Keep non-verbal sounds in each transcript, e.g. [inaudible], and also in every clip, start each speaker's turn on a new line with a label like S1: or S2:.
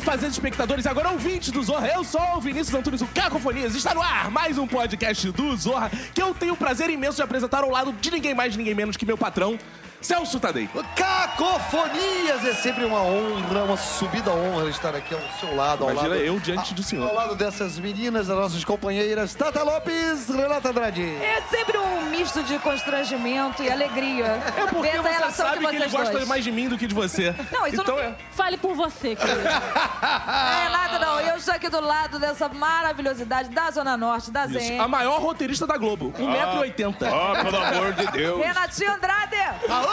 S1: fazeres espectadores, agora ouvintes do Zorra. Eu sou o Vinícius Antunes, o Cacofonias. Está no ar mais um podcast do Zorra, que eu tenho o prazer imenso de apresentar ao lado de ninguém mais, ninguém menos que meu patrão, Celso Tadei.
S2: Cacofonias! É sempre uma honra, uma subida honra estar aqui ao seu lado. Ao
S1: Imagina
S2: lado,
S1: eu diante do senhor.
S2: Ao lado dessas meninas, das nossas companheiras, Tata Lopes, Renata Andrade.
S3: É sempre um misto de constrangimento e alegria.
S1: É porque
S3: Ver essa
S1: você
S3: relação
S1: sabe
S3: de
S1: que ele
S3: vocês
S1: gosta
S3: dois.
S1: mais de mim do que de você.
S3: Não, isso
S1: então
S3: não...
S1: é.
S4: Fale por você, querido.
S2: [laughs]
S3: É nada não. Eu estou aqui do lado dessa maravilhosidade da Zona Norte, da
S1: Isso.
S3: ZN.
S1: A maior roteirista da Globo, 1,80m.
S5: Ah, pelo amor de Deus.
S3: Renatinho Andrade!
S2: Alô,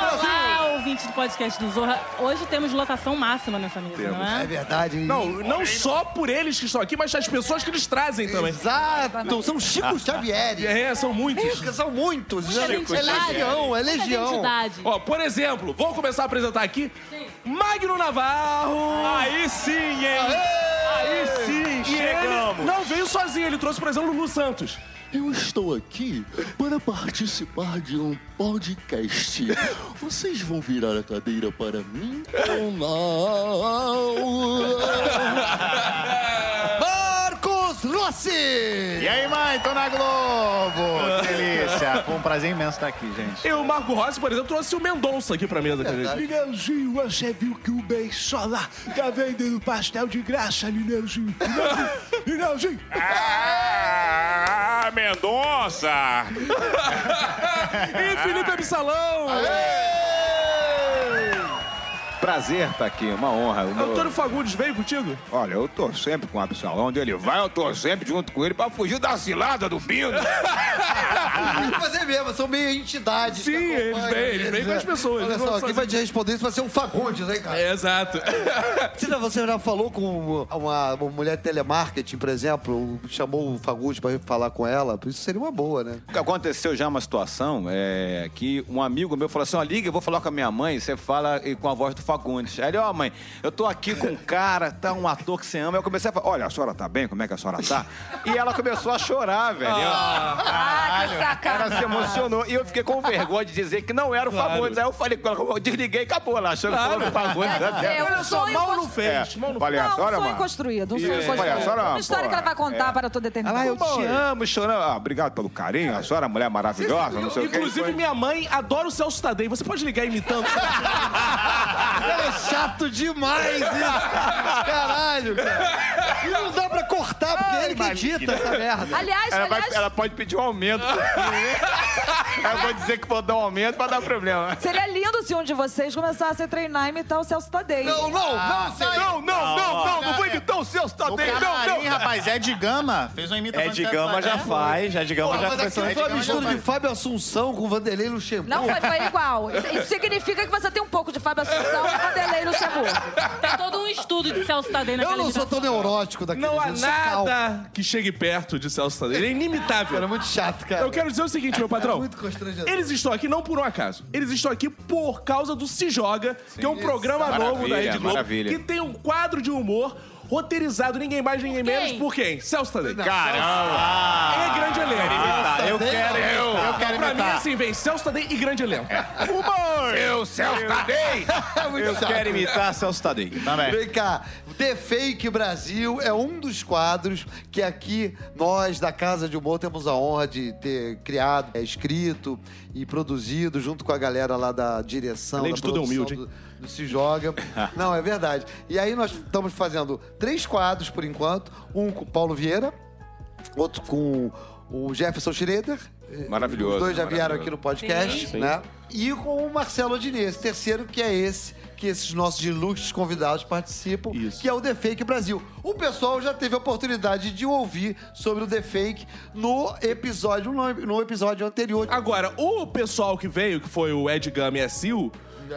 S2: Brasil!
S4: Olá, é ouvinte do podcast do Zorra. Hoje temos lotação máxima nessa mesa, não
S2: É
S4: é?
S2: verdade.
S1: Não, não só por eles que estão aqui, mas as pessoas que eles trazem também.
S2: Exato, são Chico
S1: [laughs]
S2: Xavier.
S1: É, são muitos. né?
S2: São muitos.
S4: Muita
S2: É
S4: identidade.
S2: legião, é
S4: Muita
S2: legião.
S4: identidade.
S1: Ó, por exemplo, vou começar a apresentar aqui Magno Navarro.
S5: Aí sim, hein? Aí sim,
S1: E ele
S5: chegamos.
S1: não veio sozinho, ele trouxe, por exemplo, o Lu Santos.
S6: Eu estou aqui para participar de um podcast. Vocês vão virar a cadeira para mim ou não?
S2: Marcos Rossi!
S5: E aí, mãe? Tô
S1: [laughs]
S5: na Globo. Que delícia. Foi um prazer imenso estar aqui, gente.
S1: E o Marco Rossi, por exemplo, trouxe o Mendonça aqui pra mesa. Cara.
S7: Lineuzinho, você viu que o Beisola tá vendendo pastel de graça, né, Lineuzinho. Lineuzinho, Lineuzinho.
S5: Ah, Mendonça.
S1: E Felipe Absalão.
S8: Prazer estar aqui, uma honra. O meu-
S1: Antônio Fagundes veio contigo?
S8: Olha, eu tô sempre com a pessoa. Onde ele vai, eu tô sempre junto com ele pra fugir da cilada do Bino.
S2: Mas é mesmo, são meio entidades. que
S1: Sim, eles
S2: acompanham, né?
S1: vem, eles vêm com as pessoas,
S2: Olha
S1: eles não
S2: só,
S1: só-
S2: quem vai te responder isso vai ser o Fagundes, hein, cara?
S1: exato.
S2: Você já- Você já falou com uma, uma mulher de telemarketing, por exemplo, chamou o Fagundes pra falar com ela? Isso seria uma boa, né?
S8: Aconteceu já uma situação é, que um amigo meu falou assim: ó, liga, eu vou falar com a minha mãe, você fala e com a voz do Fagundes. Aí ele, ó, mãe, eu tô aqui com um cara, tá um ator que você ama. Eu comecei a falar: olha, a senhora tá bem? Como é que a senhora tá? E ela começou a chorar, velho.
S3: Ah, que
S8: Ela se
S3: sacanagem.
S8: emocionou. E eu fiquei com vergonha de dizer que não era o Fagundes. Aí eu falei com ela, eu desliguei e acabou. Ela achou que falou o Fagundes. tá certo.
S3: É um
S1: Olha só,
S3: sonho
S1: mal não
S3: construído.
S8: É,
S1: fez. Mal não
S8: Falei, a
S3: Não, um
S8: senhora, é
S3: sonho
S8: mano.
S3: construído, um
S8: Isso,
S3: sonho
S8: olha,
S3: construído.
S8: a senhora,
S3: Uma história que ela vai contar para toda a eternidade.
S8: Ah, eu te amo, chorando. Ah, obrigado pelo carinho. A senhora é uma mulher maravilhosa, não sei o quê.
S1: Inclusive, minha mãe adora o Celso Tadei. Você pode ligar imitando?
S3: [laughs]
S2: É chato demais isso! Caralho, cara! E não dá pra cortar, porque é ele que edita essa merda.
S3: Aliás,
S8: Ela, vai-
S3: aliás,
S8: ela pode pedir um [laughs] aumento. eu vou dizer que vou dar um aumento pra dar problema.
S3: seria lindo se um de vocês começasse a treinar e imitar o Celso Tadei.
S2: Não, não, não, senhor!
S8: Não, não, não, não, não, vou imitar o seu Tadei, não, não.
S5: rapaz, é de gama. Fez uma imitação.
S9: É de gama já faz, é de gama já
S2: Mas
S9: começou.
S2: aquilo foi uma mistura de Fábio Assunção com Vanderlei Luxemburgo.
S3: Não foi, foi igual. Isso, isso significa que você tem um pouco de
S8: [laughs]
S3: Fábio Assunção e Vanderlei Luxemburgo.
S4: Tem todo um estudo de Celso Tadei naquela
S2: Eu não sou tão
S4: imitação.
S2: neurótico daquele
S1: Não há
S2: jeito,
S3: é
S2: eu sou é calmo.
S1: nada que chegue perto de Celso Tadei. Ele é
S2: Cara, é
S1: inimitável.
S2: muito chato, cara.
S1: Eu quero dizer o seguinte, meu patrão.
S2: É muito constrangedor.
S1: Eles estão aqui não por um acaso. Eles estão aqui por causa do Se Joga, que é um programa
S8: Maravilha,
S1: novo da Rede Globo,
S8: maravilha.
S1: que tem um quadro de humor roteirizado, ninguém mais, ninguém
S4: Por quem?
S1: menos, por quem? Celso Tadei.
S5: Caramba.
S1: É grande
S9: tá.
S1: elenco.
S5: Eu quero, eu, eu quero
S1: Pra mim,
S5: imitar.
S1: assim, vem Celso Tadei e grande elenco.
S9: É.
S8: Humor! Eu, Celso Tadei!
S2: É muito
S9: Eu
S2: chato.
S9: quero imitar Celso Tadei. Tá
S5: Também.
S2: Vem cá, The Fake Brasil é um dos quadros que aqui nós da Casa de Humor temos a honra de ter criado, é, escrito e produzido junto com a galera lá da direção.
S1: Além
S2: da
S1: de tudo, é
S2: produção
S1: humilde, hein?
S2: Do, do Se
S1: [laughs]
S2: Joga. Não, é verdade. E aí nós estamos fazendo três quadros por enquanto: um com o Paulo Vieira, outro com o Jefferson Schroeder.
S8: Maravilhoso,
S2: Os
S1: né?
S2: dois já vieram
S8: maravilhoso.
S2: aqui no podcast, né? E com o Marcelo Odinez, esse terceiro, que é esse, que esses nossos ilustres convidados participam, que é o The Fake Brasil. O pessoal já teve a oportunidade de ouvir sobre o The Fake no episódio, no, no episódio anterior.
S1: Agora, o pessoal que veio, que foi o Ed Gama e a Sil,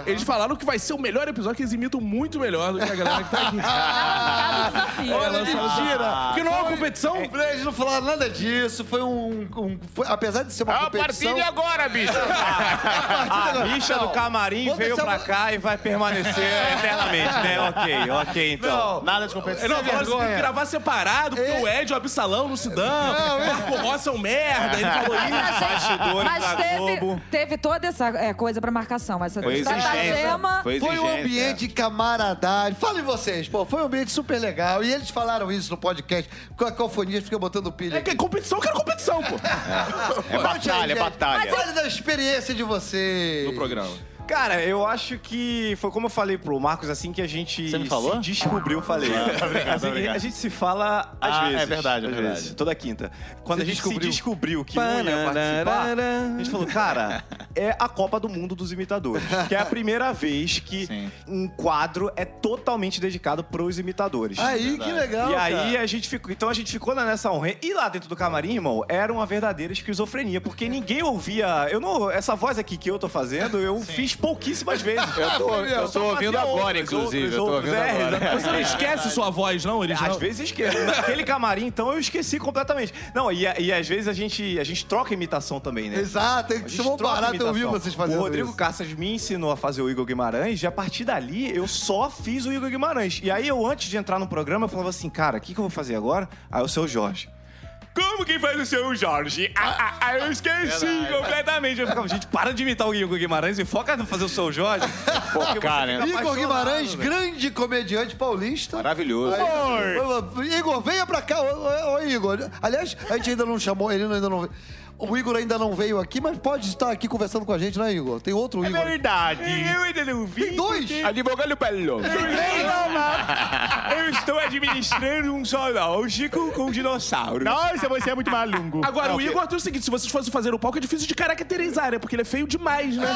S1: eles falaram que vai ser o melhor episódio, que eles imitam muito melhor do que a galera que tá
S9: [laughs]
S1: aqui.
S4: Sabe o desafio.
S2: Olha,
S9: Ah,
S2: mentira!
S1: Porque não é uma competição?
S2: Eles não falaram nada disso, foi um... um- foi- apesar de ser
S8: Ah,
S2: uma
S8: é
S2: competição... Ah,
S5: agora, bicho.
S9: A bicha É, do camarim
S2: vou
S9: veio
S2: deixar
S9: pra
S2: vo-
S9: cá e vai permanecer eternamente, né? Ok, ok, então.
S2: Não.
S9: Nada de competição.
S1: É, Não, falaram que você tem que gravar separado, porque
S2: É.
S1: o Ed, o Absalão, não se dão, o Marco Rossi é um merda, ele falou
S3: Mas,
S1: isso.
S3: a gente-
S9: Bastidores
S3: mas
S9: da Globo.
S3: teve, teve toda essa é, coisa pra marcação. Essa
S8: Foi exigência.
S3: Tatagema.
S8: Foi
S2: Foi
S8: exigência. é.
S2: um ambiente camaradagem. Falem vocês, pô. Foi um ambiente super legal. E eles falaram isso no podcast, porque a calfonia fica botando pilha.
S1: É que é competição, eu quero competição, pô.
S9: É batalha, é batalha.
S2: Fale da experiência de vocês.
S1: No programa.
S9: Cara, eu acho que foi como eu falei pro Marcos, assim que a gente
S5: Você me falou?
S9: se descobriu, falei. Assim que a gente se fala às
S5: Ah, é
S9: vezes.
S5: verdade, é
S9: às
S5: verdade.
S9: vezes, toda quinta. Quando
S2: Você
S9: a gente
S2: descobriu.
S9: se descobriu que não ia participar, a gente falou, cara, é a Copa do Mundo dos Imitadores. Que é a primeira vez que
S5: Sim.
S9: um quadro é totalmente dedicado pros imitadores.
S2: Aí, que legal.
S9: E aí
S2: cara.
S9: a gente ficou. Então a gente ficou na- nessa honra. E lá dentro do camarim, irmão, era uma verdadeira esquizofrenia, porque ninguém ouvia. Eu não. Essa voz aqui que eu tô fazendo, eu fiz pouquíssimas vezes.
S8: Eu tô, eu tô ouvindo agora, inclusive. Eu tô ouvindo agora.
S1: Você não esquece sua voz, não, eles
S9: é, Às
S1: não.
S9: vezes esqueço. Naquele camarim, então, eu esqueci completamente. Não, e, e às vezes a gente, a gente troca imitação também, né?
S2: Exato,
S9: A
S2: eles
S9: gente
S2: vão
S9: troca
S2: parar de ouvir
S9: imitação.
S2: vocês fazendo
S9: O Rodrigo
S2: isso.
S9: Cassas me ensinou a fazer o Igor Guimarães e a partir dali eu só fiz o Igor Guimarães. E aí eu, antes de entrar no programa, eu falava assim, cara, o que, que eu vou fazer agora? Aí o seu Jorge. Como que faz o seu Jorge? Ah, ah, ah, eu esqueci completamente. Eu ficava, gente, para de imitar o Igor Guimarães e foca no fazer [laughs] o seu Jorge.
S8: Focar, né?
S2: Igor
S9: apaixonado,
S2: Guimarães, grande comediante paulista.
S8: Maravilhoso.
S2: Oi. Igor, venha pra cá, ô, ô, ô, Igor. Aliás, a gente ainda não chamou, ele ainda não veio. O Igor ainda não veio aqui, mas pode estar aqui conversando com a gente, né, Igor? Tem outro Igor.
S5: Verdade.
S9: Eu ainda não vi.
S2: Tem dois!
S8: Advogado Belo.
S9: Eu estou administrando um zoológico com dinossauros.
S5: Nossa, você é muito malungo.
S1: Agora, o Igor tem o seguinte: se vocês fossem fazer o palco, é difícil de caracterizar, né? Porque ele é feio demais, né?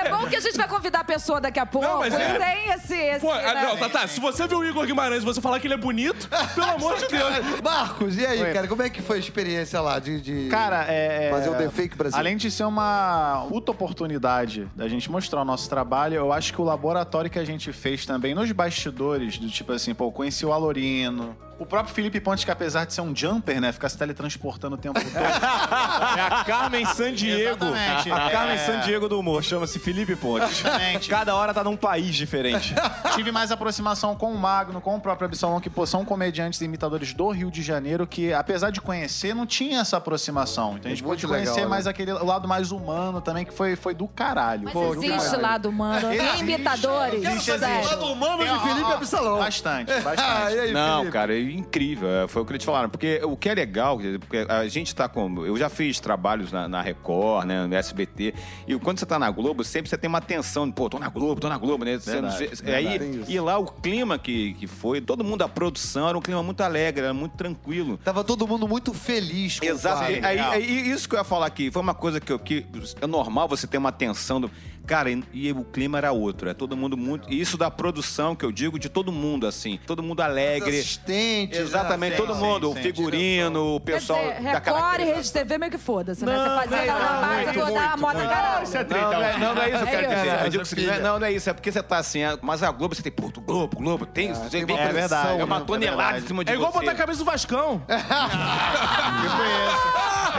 S3: É bom que a gente vai convidar a pessoa daqui a pouco.
S1: Não, mas é.
S3: e tem esse. esse
S1: Pô,
S3: né?
S1: ah, não, Tatá, se você vê o Igor Guimarães e você falar que ele é bonito, pelo amor de Deus.
S2: Marcos, e aí, cara, como é que foi a experiência lá de. de-
S5: Cara, é.
S2: Fazer o The Fake Brasil.
S5: Além de ser uma puta oportunidade da gente mostrar o nosso trabalho, eu acho que o laboratório que a gente fez também nos bastidores, do tipo assim, pô, eu conheci o Alorino. O próprio Felipe Pontes, que apesar de ser um jumper, né, ficar se teletransportando o tempo
S9: [laughs]
S5: todo.
S9: É a Carmen San Diego.
S5: Exatamente.
S9: A
S5: É.
S9: Carmen San Diego do humor. Chama-se Felipe Pontes.
S5: Exatamente.
S9: Cada hora tá num país diferente.
S5: Tive mais aproximação com o Magno, com o próprio Absalão, que pô, são comediantes e imitadores do Rio de Janeiro, que apesar de conhecer, não tinha essa aproximação. Então a gente
S2: Muito
S5: pôde
S2: legal,
S5: conhecer
S2: né?
S5: mais aquele lado mais humano também, que foi, foi do caralho.
S3: Mas
S5: Pô, do
S3: existe
S5: caralho.
S3: lado humano.
S5: Existe,
S3: Imitadores. é
S5: existe,
S3: sério.
S5: existe.
S2: Mano de Felipe Absalão.
S5: Bastante,
S2: Ah,
S5: bastante.
S2: e aí,
S8: Não,
S2: Felipe?
S8: cara, é incrível. É, Foi o que eles falaram. Porque o que é legal, quer dizer, porque a gente tá com. Eu já fiz trabalhos na, na Record, né, no SBT. E quando você tá na Globo, sempre você tem uma tensão. Pô, tô na Globo, tô na Globo, né? Você não
S5: Verdade,
S8: sei- aí, e lá o clima que, que foi, todo mundo da produção, era um clima muito alegre, era muito tranquilo.
S2: Tava todo mundo muito feliz com o
S8: Exato.
S2: quadro.
S8: E- Aí, aí isso que eu ia falar aqui, foi uma coisa que, eu, que é normal você ter uma tensão do. Cara, e, e o clima era outro. É todo mundo muito. E isso da produção que eu digo, de todo mundo, assim. Todo mundo alegre.
S2: Assistente.
S8: Exatamente,
S5: né? sim,
S8: todo
S5: sim,
S8: mundo. o
S5: sim.
S8: figurino, o
S3: Quer
S8: pessoal.
S3: dizer,
S8: da
S3: Record e
S8: caracterização.
S3: Rede TV meio que foda-se, né? Você fazia
S8: não,
S3: na base,
S8: muito,
S3: acordar a
S8: muito,
S3: moda caralho.
S5: Isso é
S8: Não, não é, não, não é isso que eu quero
S3: É
S8: dizer.
S3: isso.
S8: Eu digo o seguinte, não, é, não, não é isso. É porque você tá assim, é- mas a Globo você tem, pô, do Globo, Globo, tem isso. você vem-
S5: Ah, uma pressão,
S8: É uma
S5: né? É
S8: tonelada
S5: verdade.
S8: em cima de
S1: É igual
S8: você.
S1: botar a cabeça do Vascão. [laughs]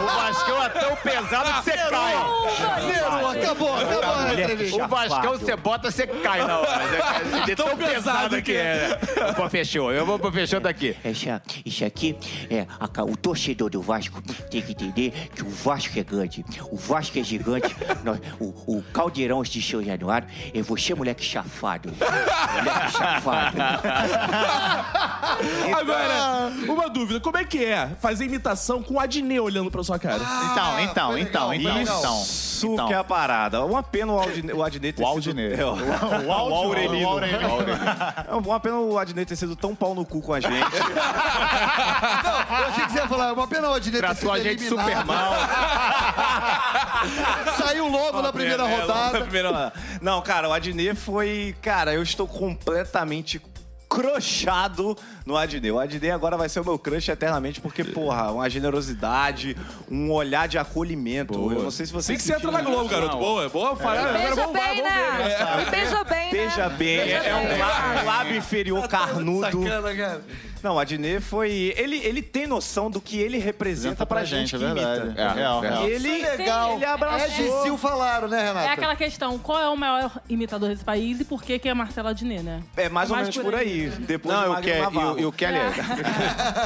S5: O Vascão é tão pesado
S1: [laughs]
S5: que você cai.
S2: Zerou, acabou, acabou a entrevista.
S5: O Vascão você
S8: bota, você cai na hora.
S1: Ah,
S8: De tão, pesado que é. Pô, fechou. Eu vou pro fechou daqui.
S10: Isso, isso aqui é a ca- o torcedor do Vasco tem que entender que o Vasco é grande. O Vasco é gigante. Nós- o, o caldeirão de São Januário é você, moleque chafado. Moleque chafado.
S1: Agora, uma dúvida: como é que é fazer imitação com o Adnê olhando pra sua cara?
S5: Então, então,
S2: foi
S5: então,
S2: legal, foi
S5: então,
S2: legal.
S5: então.
S9: Isso
S5: Então.
S9: que é a parada. Uma pena o Aldinei o Adnet ter
S5: O
S9: sido...
S5: Aldinei.
S9: É, ó.
S5: Então. [laughs] O Aldi-
S9: O Aurelino.
S5: O Aurelino.
S9: É Uma pena o Adnet ter sido tão pau no cu com a gente.
S10: [laughs]
S2: Eu achei que você ia falar, é uma pena o Adnet ter
S8: Tratou
S2: sido
S8: a gente
S2: eliminado.
S8: super mal.
S2: [laughs] Saiu logo na primeira
S9: É, é,
S2: rodada.
S9: na primeira rodada. [laughs] Não, cara, o Adnet foi... Cara, eu estou completamente crochado no Adnet. O Adnet agora vai ser o meu crush eternamente, porque, porra, uma generosidade, um olhar de acolhimento. Eu não sei se você
S1: Assim que você entra na
S9: sentiu, né?
S1: Globo, garoto. Boa, boa. Fala,
S3: E
S1: agora
S3: beija
S1: vamos lá,
S3: bem,
S1: vamos ver.
S3: né? E beija bem, né?
S9: Esteja bem,
S3: Beija
S9: é, é um
S3: bem.
S9: lá- um lábio inferior carnudo.
S2: Sacana, cara.
S9: Não, o Adnet foi. Ele, ele tem noção do que ele representa pra gente, que imita.
S5: É real, real.
S9: E ele,
S2: Isso é legal.
S9: ele abraçou.
S2: Ed e Sil falaram, né, Renata?
S4: É aquela questão, qual é o maior imitador desse país e por que que é Marcelo Adnet, né?
S9: É mais ou menos por aí. Depois
S8: Não, é
S9: do
S8: eu
S9: Magno
S8: quero-
S9: Navarro.
S8: eu- eu quero- é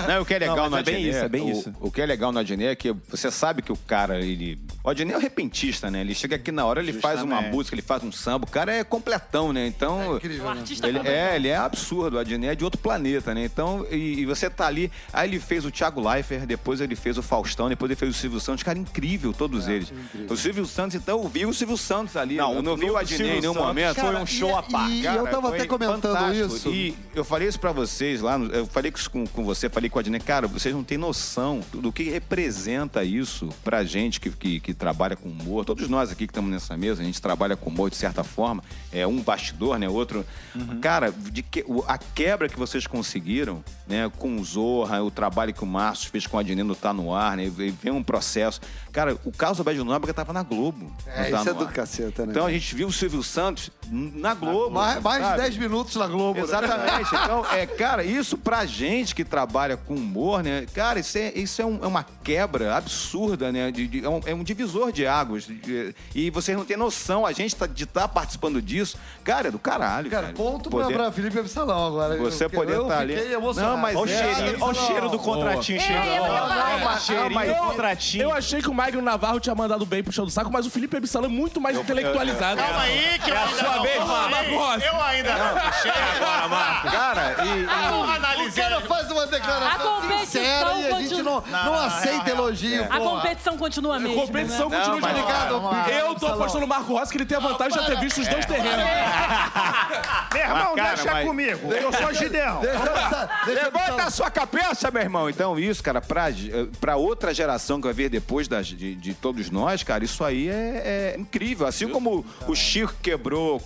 S8: Não, o que é legal
S9: Não, mas
S8: no
S9: é bem
S8: Adnet,
S9: isso, é bem
S8: o,
S9: isso.
S8: o que é legal no Adnet é que você sabe que o cara, ele... O Adnet é um repentista, né? Ele chega aqui na hora, ele faz uma
S5: Justamente.
S8: música, ele faz um samba. O cara é completão, né? Então...
S2: Incrível, né?
S4: Artista
S8: Ele, é, ele é absurdo. O Adnet é de outro planeta, né? Então, e, e você tá ali... Aí ele fez o Thiago Leifert, depois ele fez o Faustão, depois ele fez o Silvio Santos. Cara, incrível todos eles. O Silvio Santos, então, eu vi o Silvio Santos ali.
S9: Não,
S8: eu
S9: o
S8: não vi
S9: novo
S8: o Adnet em
S9: Silvio
S8: nenhum
S9: Santos
S8: momento.
S9: foi um show à par.
S2: E
S8: Cara,
S2: eu tava
S8: foi
S2: até comentando
S8: fantástico.
S2: isso.
S8: E eu falei isso pra vocês lá, no- eu falei isso com, com você, falei com a Adnet, cara, vocês não têm noção do do que representa isso pra gente que, que, que trabalha com humor. Todos nós aqui que estamos nessa mesa, a gente trabalha com humor de certa forma. É um bastidor, né? Outro.
S2: Uhum.
S8: Cara, de que, o- a quebra que vocês conseguiram, né? Com o Zorra, o trabalho que o Márcio fez com a Adnet no Tá No Ar, né? e Vem um processo. Cara, o caso da Bad Nóbrega tava na Globo.
S2: É,
S8: no Tá
S2: isso é
S8: No
S2: do
S8: Ar.
S2: caceta, né?
S8: Então a gente viu o Silvio Santos na Globo.
S2: mais, é mais de
S8: sabe?
S2: 10 minutos na Globo. né?
S8: Tá Exatamente. Então, é, cara, isso pra gente que trabalha com humor, né? Cara, isso é, isso é, um- é uma quebra absurda, né? De- de- é, um, é um divisor de águas. De- de- e vocês não têm noção, a gente tá, de estar participando disso. Cara, é do caralho.
S2: Cara, ponto pra-
S8: Poder-
S2: pra Felipe Absalão agora.
S8: Você
S2: Eu-
S8: poder
S2: eu
S8: tá
S2: fiquei
S8: ali.
S2: emocionado.
S8: Não, mas
S9: Olha o
S8: é,
S9: cheirinho, olha o cheiro do contratinho chegando.
S3: eu ia
S9: Olha
S3: falar
S9: o
S3: isso.
S8: É,
S9: cheirinho do
S1: Eu
S9: contratinho.
S1: achei que o Magno Navarro tinha mandado bem pro chão do saco, mas o Felipe Absalão é muito mais intelectualizado. É
S11: Calma aí, que eu ainda não
S1: vez, Marcos.
S11: puxei. Eu ainda não puxei agora, Marcos.
S8: Cara, e.
S11: Eu
S2: O
S11: analisei.
S2: cara faz uma
S4: A
S2: declaração
S4: competição
S2: sincera e a gente
S4: continua.
S2: não, não, aceita elogio,
S4: A
S2: porra.
S4: competição continua
S1: A
S4: mesmo,
S1: competição
S4: né?
S1: continua
S8: mas-
S1: desligada.
S2: vamos lá,
S1: Eu
S2: vamos
S1: tô
S2: lá.
S1: apostando no Marco Rossi que ele tem a vantagem de ter visto os dois terrenos.
S11: Meu irmão,
S8: Ah, cara,
S11: deixa
S8: mas-
S11: comigo. Eu
S8: [laughs]
S11: sou gideão.
S2: Deixa eu sa- deixa eu
S8: Levanta
S2: sa-
S8: a sua cabeça, meu irmão. Então, isso, cara, pra, eh, pra outra geração que vai vir depois das- de, de todos nós, cara, isso aí é, é incrível. Assim como o Chico quebrou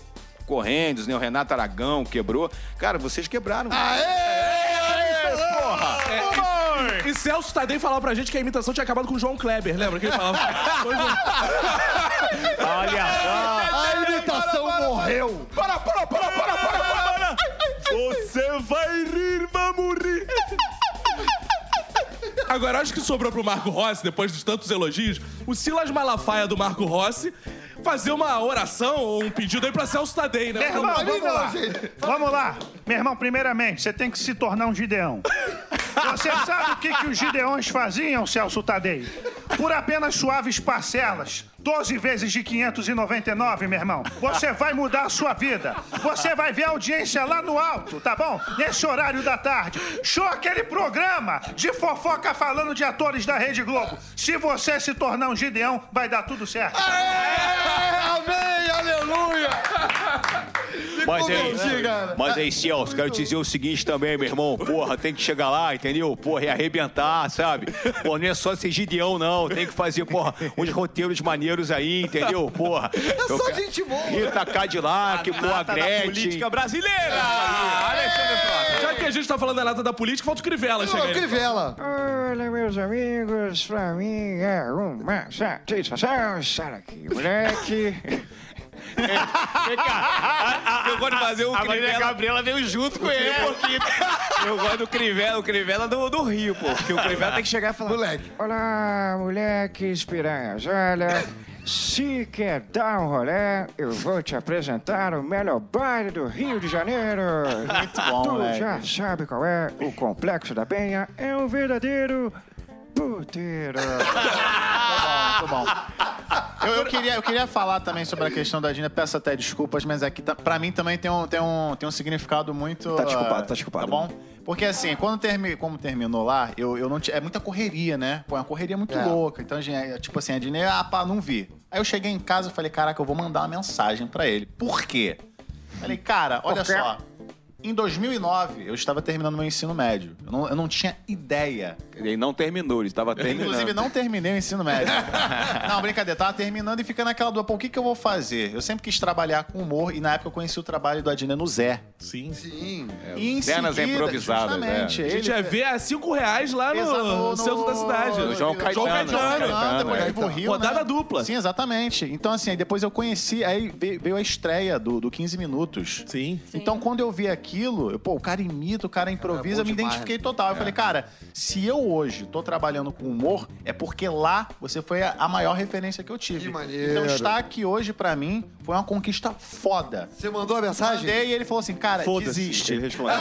S8: correntes, né? O Renato Aragão quebrou. Cara, vocês quebraram.
S2: Aê!
S8: porra!
S1: E Celso Tadei falava pra gente que a imitação tinha acabado com o João Kleber, lembra? Que ele falava.
S9: Olha
S2: A imitação morreu.
S8: Para, para, para, para, para, para!
S9: só. Você vai rir, vamos rir.
S1: Agora, acho que sobrou pro Marco Rossi, depois de tantos elogios, o Silas Malafaia do Marco Rossi fazer uma oração ou um pedido aí pra Celso Tadei, né?
S5: É,
S11: Meu irmão,
S2: Pra mim
S11: vamos
S2: não,
S11: lá.
S2: gente.
S11: Vamos lá. Meu irmão, primeiramente, você tem que se tornar um gideão. Você sabe o que, que os gideões faziam, Celso Tadei? Por apenas suaves parcelas, 12 vezes de 599, meu irmão, você vai mudar a sua vida. Você vai ver a audiência lá no alto, tá bom? Nesse horário da tarde. Show aquele programa de fofoca falando de atores da Rede Globo. Se você se tornar um gideão, vai dar tudo certo.
S2: Amém, aleluia.
S8: Mas
S2: Converti, cara.
S8: aí, mas aí, Celso, quero te dizer o seguinte também, meu irmão. Porra, tem que chegar lá, entendeu? Porra, e arrebentar, sabe? Pô, não é só ser gideão, não. Tem que fazer, porra, uns roteiros maneiros aí, entendeu? Porra. tá
S2: É só gente boa.
S8: Rita Cadillac, porra, Gretchen.
S9: Política brasileira.
S5: É!
S9: Alexandre Frota.
S1: Ah, Já que a gente tá falando da nata da política, falta o Crivella chegar aí.
S2: Crivella.
S11: Olha, meus amigos, pra mim é uma satisfação estar aqui, moleque.
S8: Eu gosto de fazer o Crivella. A Gabriela veio junto com ele,
S9: Eu gosto do Crivella, o Crivella do, do Rio, pô. Porque o Crivella tem que chegar e falar...
S2: Moleque.
S11: Olá, moleques piranhas, olha... Se quer dar um rolé, eu vou te apresentar o melhor baile do Rio de Janeiro. Muito
S5: bom,
S11: Tu
S5: moleque.
S11: já sabe qual é? O Complexo da Penha é um verdadeiro puteiro.
S5: Muito bom. Eu, eu queria, eu queria falar também sobre a questão da Dina. Peço até desculpas, mas aqui tá, pra mim também tem um, tem, um, tem um significado muito.
S8: Tá desculpado, tá
S5: ah,
S8: desculpado.
S5: Tá bom? Porque assim, quando termi, como terminou lá, eu, eu não ti- É muita correria, né? Pô, é uma correria muito louca. Então, gente, é, tipo assim, a Dina, ah, pá, não vi. Aí eu cheguei em casa e falei, caraca, eu vou mandar uma mensagem pra ele. Por quê? Falei, cara, olha
S11: quê?
S5: só. Em 2009, eu estava terminando meu ensino médio. Eu não, eu não tinha ideia
S8: Ele não terminou, ele estava terminando.
S5: Inclusive, não terminei o ensino médio. não, brincadeira, tava terminando e fica naquela dúvida, pô, o que, que eu vou fazer? Eu sempre quis trabalhar com humor e na época eu conheci o trabalho do Adina no Zé.
S1: Sim.
S2: Sim.
S8: É, cenas improvisadas,
S5: Justamente.
S8: é.
S1: A gente
S5: Ele
S1: já
S5: fez-
S1: vê a 5 reais lá
S5: Exato,
S1: no,
S5: no-
S1: centro da cidade.
S5: no
S1: João
S5: Caetano, João Caetano,
S1: é.
S5: Depois do Rio,
S1: Rodada
S5: né?
S1: dupla.
S5: Sim, exatamente. Então, assim, aí depois eu conheci, aí ve- veio a estreia do, do 15 Minutos.
S1: Sim.
S5: Então, quando eu vi aquilo, eu, pô, o cara imita, o cara improvisa, eu me
S6: demais.
S5: identifiquei total. Eu falei, cara, se eu hoje tô trabalhando com humor, é porque lá você foi a, a maior referência que eu tive. Então, estar aqui hoje, pra mim, foi uma conquista foda.
S2: Você mandou a mensagem?
S5: Mandei e ele falou assim, cara,
S8: Foda-se,
S5: desiste. [laughs]
S8: ele respondeu.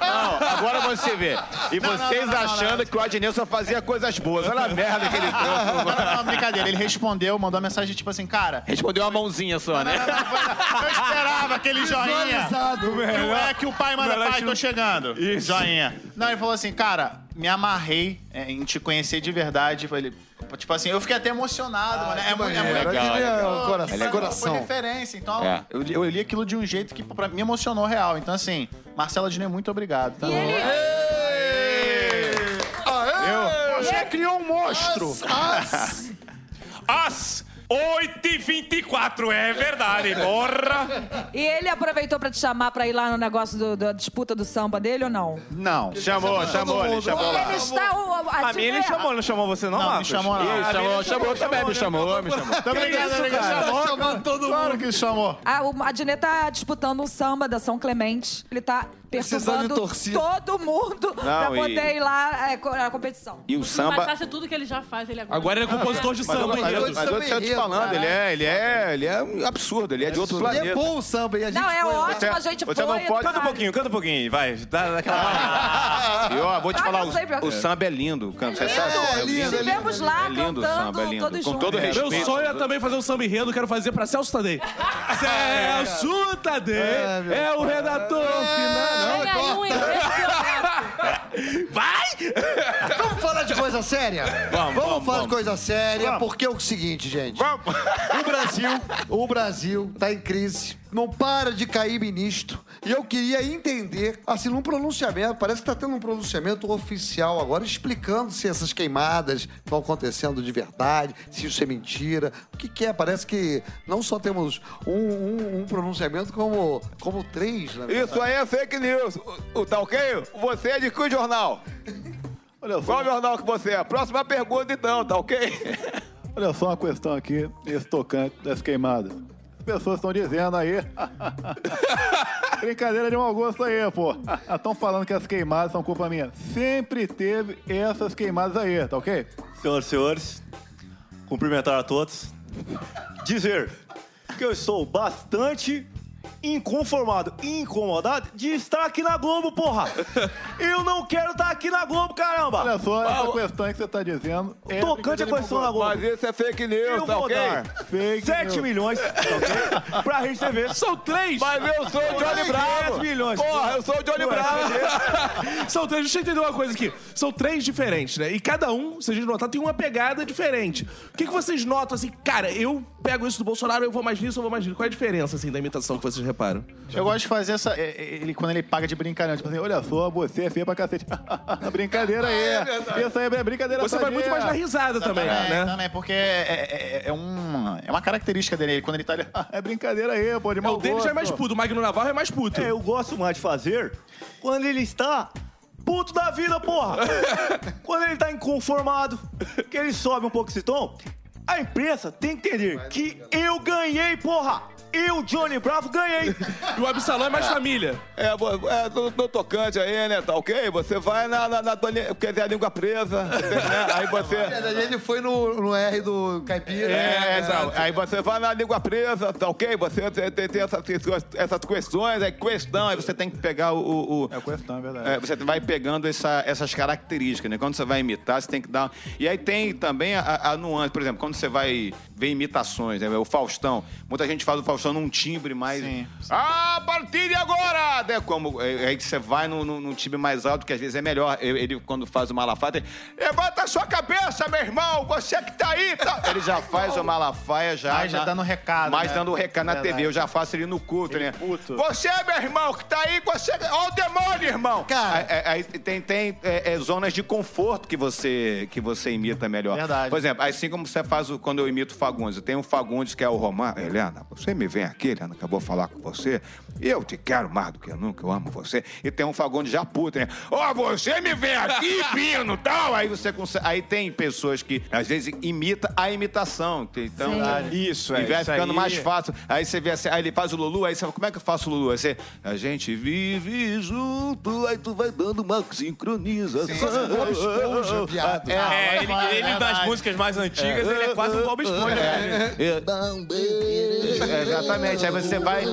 S8: Não, agora você vê. E
S5: Não, não,
S8: vocês
S5: não, não, não,
S8: achando que o Adnê só fazia coisas boas. Olha a merda que ele
S5: [laughs] Não, não, não,
S8: deu.
S5: brincadeira. Ele respondeu, mandou uma mensagem tipo assim, cara,
S8: Respondeu a mãozinha só, né?
S5: eu esperava aquele joinha.
S2: Visualizado.
S5: Não é que o pai manda
S8: Melhor
S5: pai,
S8: que
S5: tô
S8: o-
S5: chegando.
S8: Isso.
S5: Joinha. Não, ele falou assim, cara, me amarrei é, em te conhecer de verdade. Ele, tipo assim, eu fiquei até emocionado, mano. É, muito- é muito
S2: Ah, maneiro.
S5: legal.
S2: Aquele é o
S5: Pô,
S2: coração,
S5: que foi-
S2: coração.
S5: Foi referência. Então,
S8: É.
S5: eu, li- eu li aquilo de um jeito que pra, me emocionou real. Então, assim, Marcela Dine, muito obrigado. Tá
S3: E ele-
S11: Você criou um monstro.
S9: Às 8h24, é verdade, porra!
S3: E ele aproveitou pra te chamar pra ir lá no negócio do- da disputa do samba dele ou não?
S5: Não.
S9: Chamou, chamou, ele chamou lá.
S3: Ele está o, tipo, é, o-
S9: A mim ele
S3: Adnet-
S9: chamou, não chamou você não,
S5: Não, me
S9: Marcos?
S5: chamou não.
S9: Ih,
S5: Ah,
S8: Chamou, chamou também, me chamou, me chamou.
S5: Muito obrigado, obrigado.
S2: Chamou todo
S5: Claro que chamou.
S3: Ah, o Adnet tá disputando um samba da São Clemente. Ele tá
S2: Precisando
S3: perturbando
S2: de torcida.
S3: todo mundo pra
S8: Não, e-
S3: poder ir lá é, co- na competição.
S8: E o samba.
S4: bastasse tudo que ele já faz, ele agora.
S1: Agora ele é compositor de
S8: Mas eu,
S1: samba,
S8: mas eu,
S1: hein?
S8: mas eu tinha te falando, ele é, ele é, ele é um absurdo, ele é de outro
S2: E é
S8: planeta.
S2: bom o samba, e a gente
S3: Não, é
S2: foi lá.
S3: ótimo, a gente
S8: você
S3: foi.
S8: não pode-
S9: Canta um pouquinho, canta um pouquinho, vai. Dá, dá aquela
S8: E ó, vou te
S3: Ah,
S8: falar,
S3: eu sei, pior que-
S8: o, o samba é lindo. Can- Você sabe?
S2: É, é lindo, é lindo.
S3: Estivemos lá
S8: É lindo o
S3: cantando
S8: samba, é lindo.
S3: todos
S8: Com todo
S3: juntos.
S8: respeito.
S1: Meu sonho é também fazer um samba enredo, quero fazer pra Celso [laughs] Tadei. Celso Tadei é o redator final.
S4: Olha aí
S1: [laughs]
S4: um impressionante.
S2: Vamos falar de coisa séria?
S8: Vamos, vamos,
S2: falar
S8: vamos.
S2: de coisa séria, porque é o seguinte, gente. O Brasil, o Brasil tá em crise. Não para de cair ministro. E eu queria entender, assim, num pronunciamento, parece que tá tendo um pronunciamento oficial agora, explicando se essas queimadas estão acontecendo de verdade, se isso é mentira. O que, que é? Parece que não só temos um, um- um pronunciamento, como, como três, né? na verdade.
S8: Isso aí é fake news. O, o tá ok? Você é de que jornal?
S5: Olha
S8: Qual jornal que você é? Próxima pergunta então, tá ok?
S5: Olha só uma questão aqui, esse tocante das queimadas. As pessoas estão dizendo aí. [laughs] Brincadeira de mau gosto aí, pô. Estão falando que as queimadas são culpa minha. Sempre teve essas queimadas aí, tá ok?
S9: Senhoras e senhores, cumprimentar a todos. Dizer que eu estou bastante inconformado e incomodado de estar aqui na Globo, porra! Eu não quero estar aqui na Globo, caramba!
S5: Olha só, essa questão que você tá dizendo. É
S9: Tocante a
S5: brincadeira de mau
S9: questão
S5: gosto.
S9: na Globo.
S8: Mas isso é fake
S9: Eu
S8: news, tá
S9: vou
S8: ok?
S9: dar
S5: Fake
S9: 7
S5: news.
S9: milhões tá ok? pra Rede TV.
S1: São três!
S8: Mas eu sou o Johnny
S9: 10
S8: Bravo!
S9: milhões.
S8: Porra, eu sou o Johnny Bravo!
S1: São três, deixa eu entender uma coisa aqui. São três diferentes, né? E cada um, se a gente notar, tem uma pegada diferente. O que, que vocês notam assim? Cara, eu pego isso do Bolsonaro, eu vou mais nisso, eu vou mais nisso. Qual é a diferença, assim, da imitação que vocês reparam?
S5: Eu gosto de fazer essa. é, é, Ele, quando ele paga de brincadeira, tipo assim, olha só, você é feia pra cacete. [laughs]
S1: [laughs]
S5: brincadeira aí. isso aí é brincadeira
S1: Você vai muito
S5: sadia.
S1: mais na risada também, né?
S5: também, porque é, é- é um, é uma característica dele. Quando ele tá ali, [laughs] é brincadeira aí, pô, de
S1: É,
S5: mau
S1: o dele
S5: gosto.
S1: já é mais puto, o Magno Navarro é mais puto.
S9: É, eu gosto mais de fazer quando ele está puto da vida, porra! quando ele tá inconformado, que ele sobe um pouco esse tom, a imprensa tem que entender que eu ganhei, porra! Eu, Johnny Bravo, ganhei!
S1: E o Absalão é mais família.
S8: É, bo- é no, no tocante aí, né? Tá ok? Você vai na, na, na tua li- quer dizer, a língua presa, né? Aí
S2: Na
S8: você.
S2: verdade, ele foi no, no R do Caipira. né?
S8: É, exato. Aí você vai na língua presa, tá ok? Você tem, tem- tem essas, questões- essas questões, é questão, aí você tem que pegar o. o- o-
S5: É questão, é verdade.
S8: é, você vai pegando essa- essas características, né? Quando você vai imitar, você tem que dar. um- E aí tem também a, a nuance, por exemplo, quando você vai ver imitações, né? o Faustão, muita gente faz o Faustão num timbre mais. Ah,
S5: Sim.
S8: A partir de agora! É como, é- aí que você vai num, num, num time mais alto, que às vezes é melhor. Ele, ele, quando faz o malafaia, ele, levanta a sua cabeça, meu irmão! Você que tá aí! tá?" Ele já faz o malafaia já.
S5: Mais já dando recado,
S8: Mais
S5: né?
S8: dando o recado na
S5: Verdade.
S8: TV. Eu já faço ele no culto,
S5: Ele
S8: né?
S5: puto.
S8: Você, meu irmão, que tá aí, você. Ó o demônio, irmão!
S2: Cara.
S8: Aí, aí- aí tem, tem é, é, zonas de conforto que você, que você imita melhor.
S5: Verdade.
S8: Por exemplo, assim como você faz o- quando eu imito o Fagundes. Tem um Fagundes que é o Romar. Helena, você me vem aqui, Leandro, acabou de falar com você. Eu te quero mais do que nunca, eu amo você. E tem um Fagundes já puto, né? Ó, você me vem aqui, Pino, tal. Aí você consegue... Aí tem pessoas que, às vezes, imita a imitação. Então,
S5: Sim. Ah, isso, é,
S8: E vai
S5: isso
S8: ficando
S5: aí.
S8: mais fácil. Aí você vê assim, aí ele faz o Lulu, aí você fala, como é que eu faço o Lulu? Aí você, a gente vive junto, aí tu vai dando uma sincronização.
S2: Coisa do Bob Esponja, viado.
S8: É,
S2: Ah,
S9: É, ele,
S2: vai,
S9: ele
S2: vai,
S9: das
S2: vai.
S9: músicas mais antigas, ele é quase um Bob Esponja.
S8: É. É, Exatamente, aí você vai.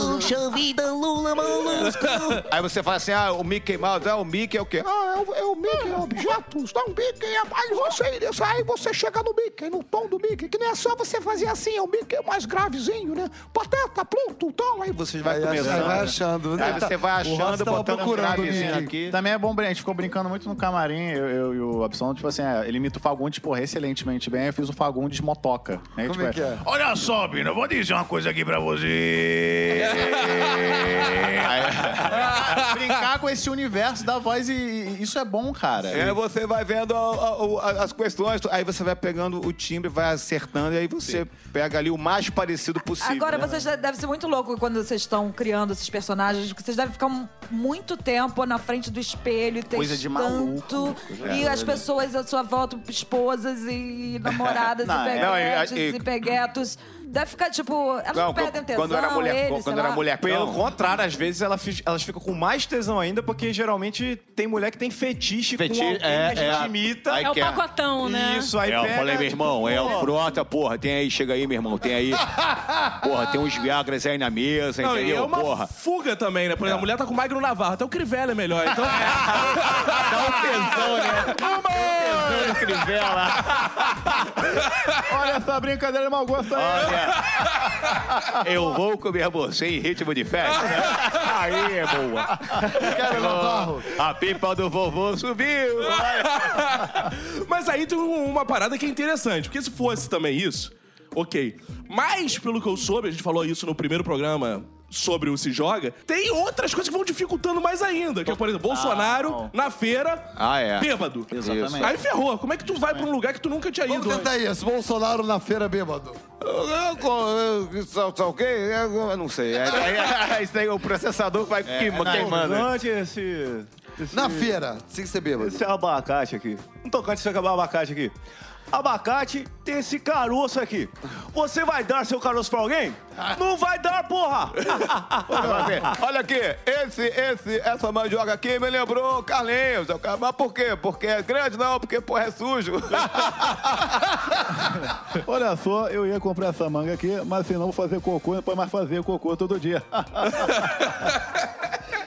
S10: Puxa vida, Lula Molusco.
S8: [laughs] Aí você fala assim: ah, o Mickey Mouse, ah, o Mickey é o quê? Ah, é o, é o Mickey, é o objeto, dá um Mickey, aí você, aí você chega no Mickey, no tom do Mickey, que não é só você fazer assim, é o Mickey mais gravezinho, né? Pateta, pronto, então, aí você vai
S2: Aí
S8: começando.
S2: vai
S8: né?
S2: achando, né?
S8: Aí você vai
S2: O Rossi
S8: achando,
S2: tava
S8: botando um
S2: procurando o
S8: gravezinho
S2: Mickey.
S8: aqui.
S5: Também é bom, Brent. Ficou brincando muito no camarim, eu, eu e o Absolon. Tipo assim, é, ele imita o Fagundes, porra, excelentemente bem. Eu fiz o Fagundes motoca. Né?
S11: Como
S5: Tipo,
S11: é que é?
S5: Olha só, Bino, eu vou dizer uma coisa aqui pra você. Aí- [laughs] Brincar com esse universo da voz e, e isso é bom, cara.
S8: É, você vai vendo a- a- a- as questões, aí você vai pegando o timbre, vai acertando, e aí você pega ali o mais parecido possível.
S3: Agora,
S8: né?
S3: vocês devem ser muito loucos quando vocês estão criando esses personagens, porque vocês devem ficar um- muito tempo na frente do espelho e
S5: Coisa de maluco,
S3: testando.
S5: coisa
S3: E
S5: de-
S3: as pessoas à sua volta, esposas e namoradas
S8: Não,
S3: e
S8: é- não, é-
S3: peguetes
S8: é-
S3: e peguetos. Deve ficar, tipo, elas não,
S9: Não,
S3: perdem tesão,
S9: quando era mulher,
S3: eles,
S9: quando
S3: sei
S9: era
S3: lá.
S9: mulher, pelo contrário, às vezes ela fi- elas ficam com mais tesão ainda porque geralmente tem mulher que tem fetiche,
S8: Fetiche,
S9: com alguém
S8: é,
S9: que a gente
S8: é.
S9: imita.
S8: Aí É o quer.
S4: pacotão, né?
S9: Isso aí
S8: é, eu
S9: pega,
S8: falei, meu irmão, é
S9: pô.
S8: o frota, porra, tem aí, chega aí, meu irmão, tem aí. Porra, tem uns Viagras aí na mesa,
S1: Não, e
S8: entendeu?
S1: é uma
S8: Porra.
S1: fuga também, né? Por
S9: É.
S1: exemplo, a mulher tá com o Magno Navarro, até o Crivella é melhor.
S9: [laughs]
S1: Então
S8: Dá um tesão, né? Dá um tesão no Crivella.
S5: Olha essa brincadeira de mau gosto aí.
S8: Eu vou comer você em ritmo de festa. né? Aí é boa.
S2: Quero Navarro.
S8: A pipa do vovô subiu.
S1: Mas aí tem um- uma parada que é interessante, porque se fosse também isso, ok. Mas, pelo que eu soube, a gente falou isso no primeiro programa sobre o Se Joga, tem outras coisas que vão dificultando mais ainda. Que é, por exemplo, Bolsonaro na feira,
S8: Ah, é.
S1: bêbado.
S8: Exatamente.
S1: Aí ferrou. Como é que tu vai pra um lugar que tu nunca tinha ido?
S2: Vamos tentar isso. Bolsonaro na feira bêbado.
S8: Só o quê? Eu não sei. Aí- aí- aí- Isso aí é o processador que vai queima-
S9: né?
S8: queimando.
S9: Tocante esse, esse-
S2: Na feira, sem ser bêbado.
S9: Esse é abacate aqui. Um tocante você acabar abacate aqui. Abacate tem esse caroço aqui. Você vai dar seu caroço pra alguém?
S8: Ah.
S9: Não vai dar, porra!
S8: Olha aqui, esse, esse, essa mandioca aqui me lembrou Carlinhos. Eu quero- Mas por quê? Porque é grande não, porque porra é sujo.
S5: Olha só, eu ia comprar essa manga aqui, mas se não fazer cocô, não pode mais fazer cocô todo dia.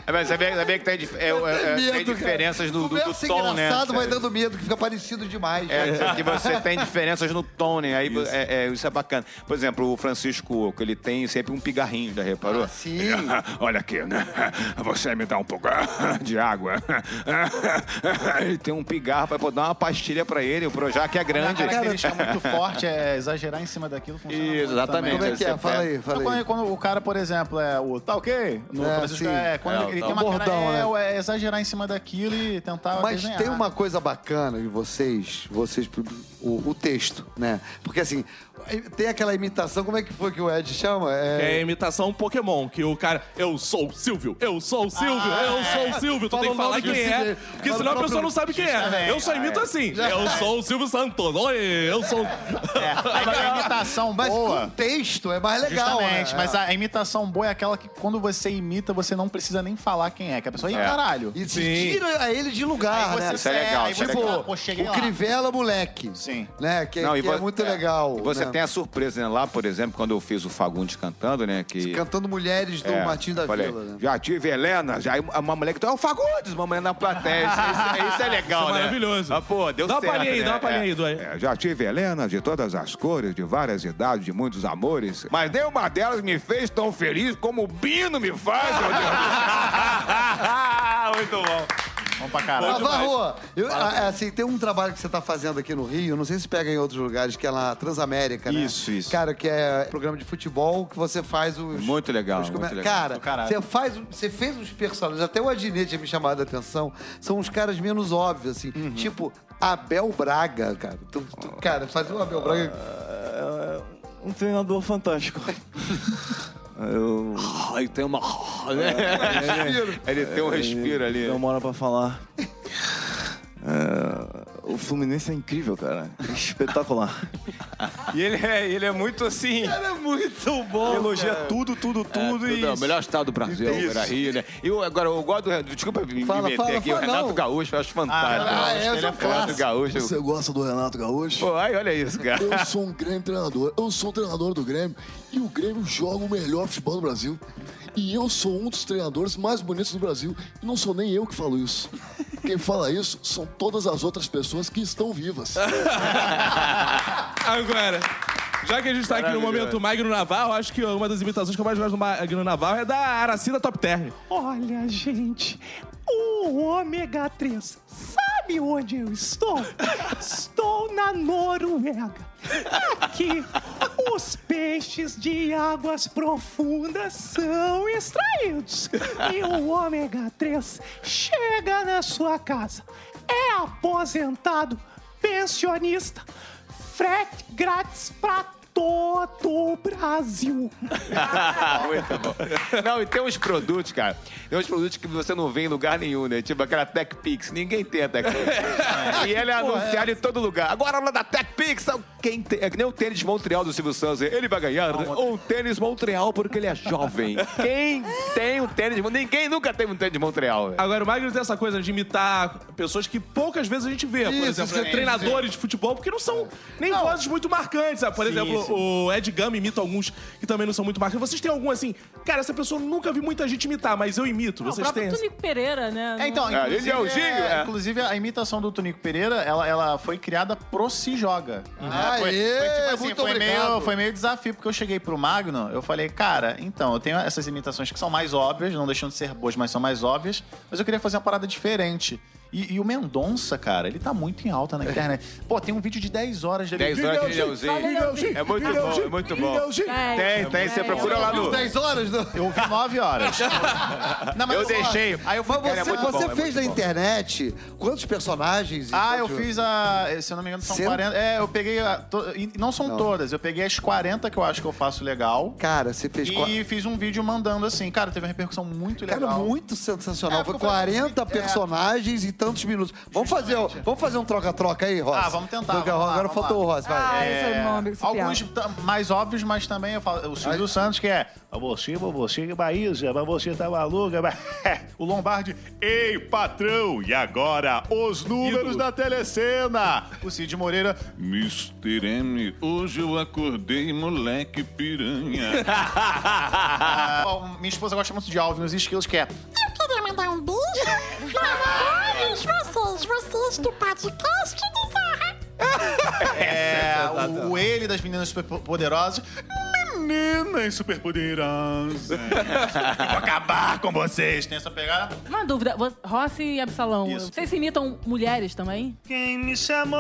S8: É, mas sabia, sabia que tem, dif- é, é, é, tem
S2: cara.
S8: diferenças no, do, do
S2: Começa
S8: tom, né?
S2: é engraçado, vai dando medo, que fica parecido demais. né?
S8: É, que você tem diferenças no tom, né? Aí, isso. É, é, isso é bacana. Por exemplo, o Francisco Oco, ele tem sempre um pigarrinho, já reparou?
S2: Ah, Sim.
S8: [laughs] Olha aqui, né? Você me dá um pouco [laughs] de água. [laughs] ele tem um pigarro, vai pô, dar uma pastilha pra ele, o Projac é
S5: A
S8: grande.
S5: característica é muito forte, é exagerar em cima daquilo. Funciona muito
S8: Isso, exatamente.
S5: também.
S2: Como é que é?
S8: Você
S2: Fala
S8: pega-
S2: aí,
S5: Então,
S2: fala aí.
S5: quando, quando o cara, por exemplo, é o tá ok? No
S2: É,
S5: Francisco
S2: sim.
S5: é quando
S8: É,
S5: ele, ele
S8: tá
S5: tem
S8: um
S5: uma
S2: bordão,
S5: cara, é,
S2: né?
S5: ué, é exagerar em cima daquilo e tentar
S2: Mas
S5: desenhar.
S2: tem uma coisa bacana em vocês, vocês o, o texto, né? Porque assim, tem aquela imitação, como é que foi que o Ed chama?
S1: É a
S2: É,
S1: imitação Pokémon, que o cara. Eu sou o Silvio, eu sou o Silvio, eu sou o Silvio. Tu
S2: Fala
S1: tem que
S2: o nome
S1: falar
S2: do
S1: quem é,
S2: Silvio.
S1: porque
S2: Fala o
S1: senão a
S2: próprio-
S1: pessoa não sabe quem é.
S5: Justamente,
S1: Eu só imito
S5: é.
S1: assim. Eu sou o Silvio Santos. Oi, eu sou.
S5: É, Mas a imitação
S2: mas
S5: boa.
S2: com texto é mais legal,
S5: Justamente,
S2: né?
S5: mas a imitação boa é aquela que quando você imita, você não precisa nem falar quem é, que a pessoa, ih,
S8: É.
S5: caralho.
S2: E se
S1: Sim.
S2: tira ele de lugar, né?
S8: Isso é legal, isso é
S2: Tipo,
S8: legal.
S2: o Crivella moleque.
S5: Sim.
S2: Né? Que,
S8: Não, e
S2: que é
S8: vo-
S2: muito
S8: é.
S2: legal.
S8: E você
S2: né?
S8: tem a surpresa, né? Lá, por exemplo, quando eu fiz o Fagundes cantando, né? Que...
S2: Cantando Mulheres do
S8: É,
S2: Martim da
S8: falei,
S2: Vila, né?
S8: Já tive Helena, já, aí uma mulher que tá, é o Fagundes, uma mulher na plateia. Isso, isso- isso é legal,
S1: Isso é
S8: né?
S1: maravilhoso.
S8: Ah, pô, deu
S1: Dá uma
S8: certo,
S1: palhinha aí,
S8: né?
S1: dá uma palhinha
S8: É,
S1: aí, Duane.
S8: é, já tive Helena de todas as cores, de várias idades, de muitos amores, mas nenhuma delas me fez tão feliz como o Bino me faz, meu Deus.
S9: Muito bom.
S5: Vamos pra caralho.
S2: Navarro, eu, a- é assim, tem um trabalho que você tá fazendo aqui no Rio, não sei se pega em outros lugares, que é na Transamérica, né?
S8: Isso, isso.
S2: Cara, que é programa de futebol que você faz os...
S8: Muito legal,
S2: os come-
S8: muito
S1: é-
S8: legal.
S2: Cara,
S5: Do caralho.
S2: você faz, você fez os personagens, até o Adnet tinha me chamado a atenção, são os caras menos óbvios, assim.
S8: Uhum.
S2: Tipo, Abel Braga, cara. Tu- tu- cara, fazer o Abel Braga...
S9: um treinador fantástico. [laughs] Eu...
S8: Ele tem uma.
S9: Ele-
S8: Ele tem um
S1: é,
S8: respiro ali.
S9: Demora pra falar. É, o Fluminense é incrível, cara. Espetacular.
S8: E ele é, ele é muito assim. Cara, é muito bom.
S9: Elogia
S8: cara.
S9: tudo, tudo, tudo e.
S8: É o melhor estado do Brasil,
S9: Isso.
S8: era Rio, né? Eu agora eu gosto do Renato. Desculpa me,
S6: Fala,
S8: me meter
S6: fala,
S8: aqui.
S6: fala,
S8: o Renato
S6: não. Ah,
S8: Gaúcho, eu
S1: Ah,
S8: acho fantástico.
S6: eu
S8: ele é Renato Gaúcho.
S6: Você gosta do Renato Gaúcho?
S8: Pô, aí olha isso, cara.
S6: Eu sou um grande treinador. Eu sou um treinador do Grêmio e o Grêmio joga o melhor futebol do Brasil. E eu sou um dos treinadores mais bonitos do Brasil. E não sou nem eu que falo isso. Quem fala isso são todas as outras pessoas que estão vivas.
S5: É,
S1: Agora, já que a gente tá aqui no
S6: Maravilhoso.
S1: momento Magno Navarro, acho que uma das imitações que eu mais gosto do Magno Navarro é da Aracida Top Term.
S7: Olha, gente, o ômega 3, sabe onde eu estou? estou na Noruega. Aqui, os peixes de águas profundas são extraídos. E o ômega 3 chega na sua casa. É aposentado, pensionista, frete grátis pra todo o Brasil.
S8: Muito bom. Não, e tem uns produtos, cara. Tem uns produtos que você não vê em lugar nenhum, né? Tipo aquela TechPix. Ninguém tem a [laughs] TechPix. e ela é
S9: Porra,
S8: anunciada em todo lugar. Agora lá da TechPix, quem tem, é que nem o tênis Montreal do Silvio Santos. Ele vai ganhar um tênis Montreal porque ele é [laughs] jovem. Quem tem um tênis Montreal? Ninguém nunca teve um tênis Montreal, velho.
S1: Agora, o Magno tem essa coisa de imitar pessoas que poucas vezes a gente vê. Por
S8: Isso,
S1: exemplo,
S8: sim,
S1: treinadores de futebol, porque não são nem vozes muito marcantes. sabe? Por
S8: Sim,
S1: exemplo,
S8: sim.
S1: o Ed Gama imita alguns que também não são muito marcantes. Vocês têm algum assim? Cara, essa pessoa eu nunca vi muita gente imitar, mas eu imito.
S4: O
S1: Vocês
S4: próprio
S1: têm.
S4: Tunico Pereira, né?
S5: É, então,
S4: Não-
S5: inclusive, é, inclusive, a imitação do Tunico Pereira, ela, ela foi criada pro Se Joga. né?
S2: Aê,
S5: foi, assim,
S2: muito
S5: foi meio,
S2: obrigado.
S5: foi meio desafio, porque eu cheguei pro Magno, eu falei, cara, então, eu tenho essas imitações que são mais óbvias, não deixam de ser boas, mas são mais óbvias, mas eu queria fazer uma parada diferente. E, e o Mendonça, cara, ele tá muito em alta na internet. Pô, tem um vídeo de 10 horas dele.
S8: 10 horas de Leãozinho. É muito bom, é muito bom. Tem, tem. um Você procura lá no...
S2: 10 horas? não?
S5: Eu vi 9 horas. Não, mas
S8: Eu
S5: eu-
S8: deixei.
S5: Aí eu fui,
S2: Mas
S5: cara, é
S2: você,
S5: muito bom,
S2: você
S5: é
S2: fez
S5: muito
S2: na
S5: bom.
S2: internet quantos personagens? e
S5: Ah, eu
S2: quantos-
S5: fiz a. Se eu não me engano, são
S2: Cento-
S5: 40. É, eu peguei. a- to- e não são
S2: Não.
S5: todas, eu peguei as 40 que eu acho que eu faço legal.
S2: Cara, você fez.
S5: E
S2: qua-
S5: fiz um vídeo mandando assim. Cara, teve uma repercussão muito legal.
S2: Cara, muito sensacional.
S5: É,
S2: Foi
S5: porque eu falei
S2: 40
S5: muito- é.
S2: personagens e tantos minutos. Vamos fazer, ó, vamos fazer um troca-troca aí, Ross?
S5: Ah, vamos tentar.
S2: Troca-
S5: vamos lá,
S2: agora
S5: vamos
S2: faltou
S5: lá.
S2: o Ross, vai.
S3: Ah, é
S5: É, Alguns ta- mais óbvios, mas também eu falo, o Silvio Santos, que é. Pra você, pra você, que Maísa, pra você tá maluca. [laughs] mas-" o Lombardi. Ei, patrão! E agora, os números da telecena! O Cid Moreira.
S12: Mr. M, hoje eu acordei, moleque piranha.
S5: Ah, bom, minha esposa gosta muito de alvo nos esquilos, que é.
S13: Eu queria mandar um beijo para todos vocês, vocês do podcast do
S5: [laughs]
S13: Zorra.
S5: É, o, o ele das meninas superpoderosas. Meninas superpoderosas. Eu [laughs] Vou acabar com vocês. Tem essa pegada?
S4: Uma dúvida, vo- Rossi e Absalão,
S5: Isso.
S4: vocês imitam mulheres também?
S5: Quem me chamou?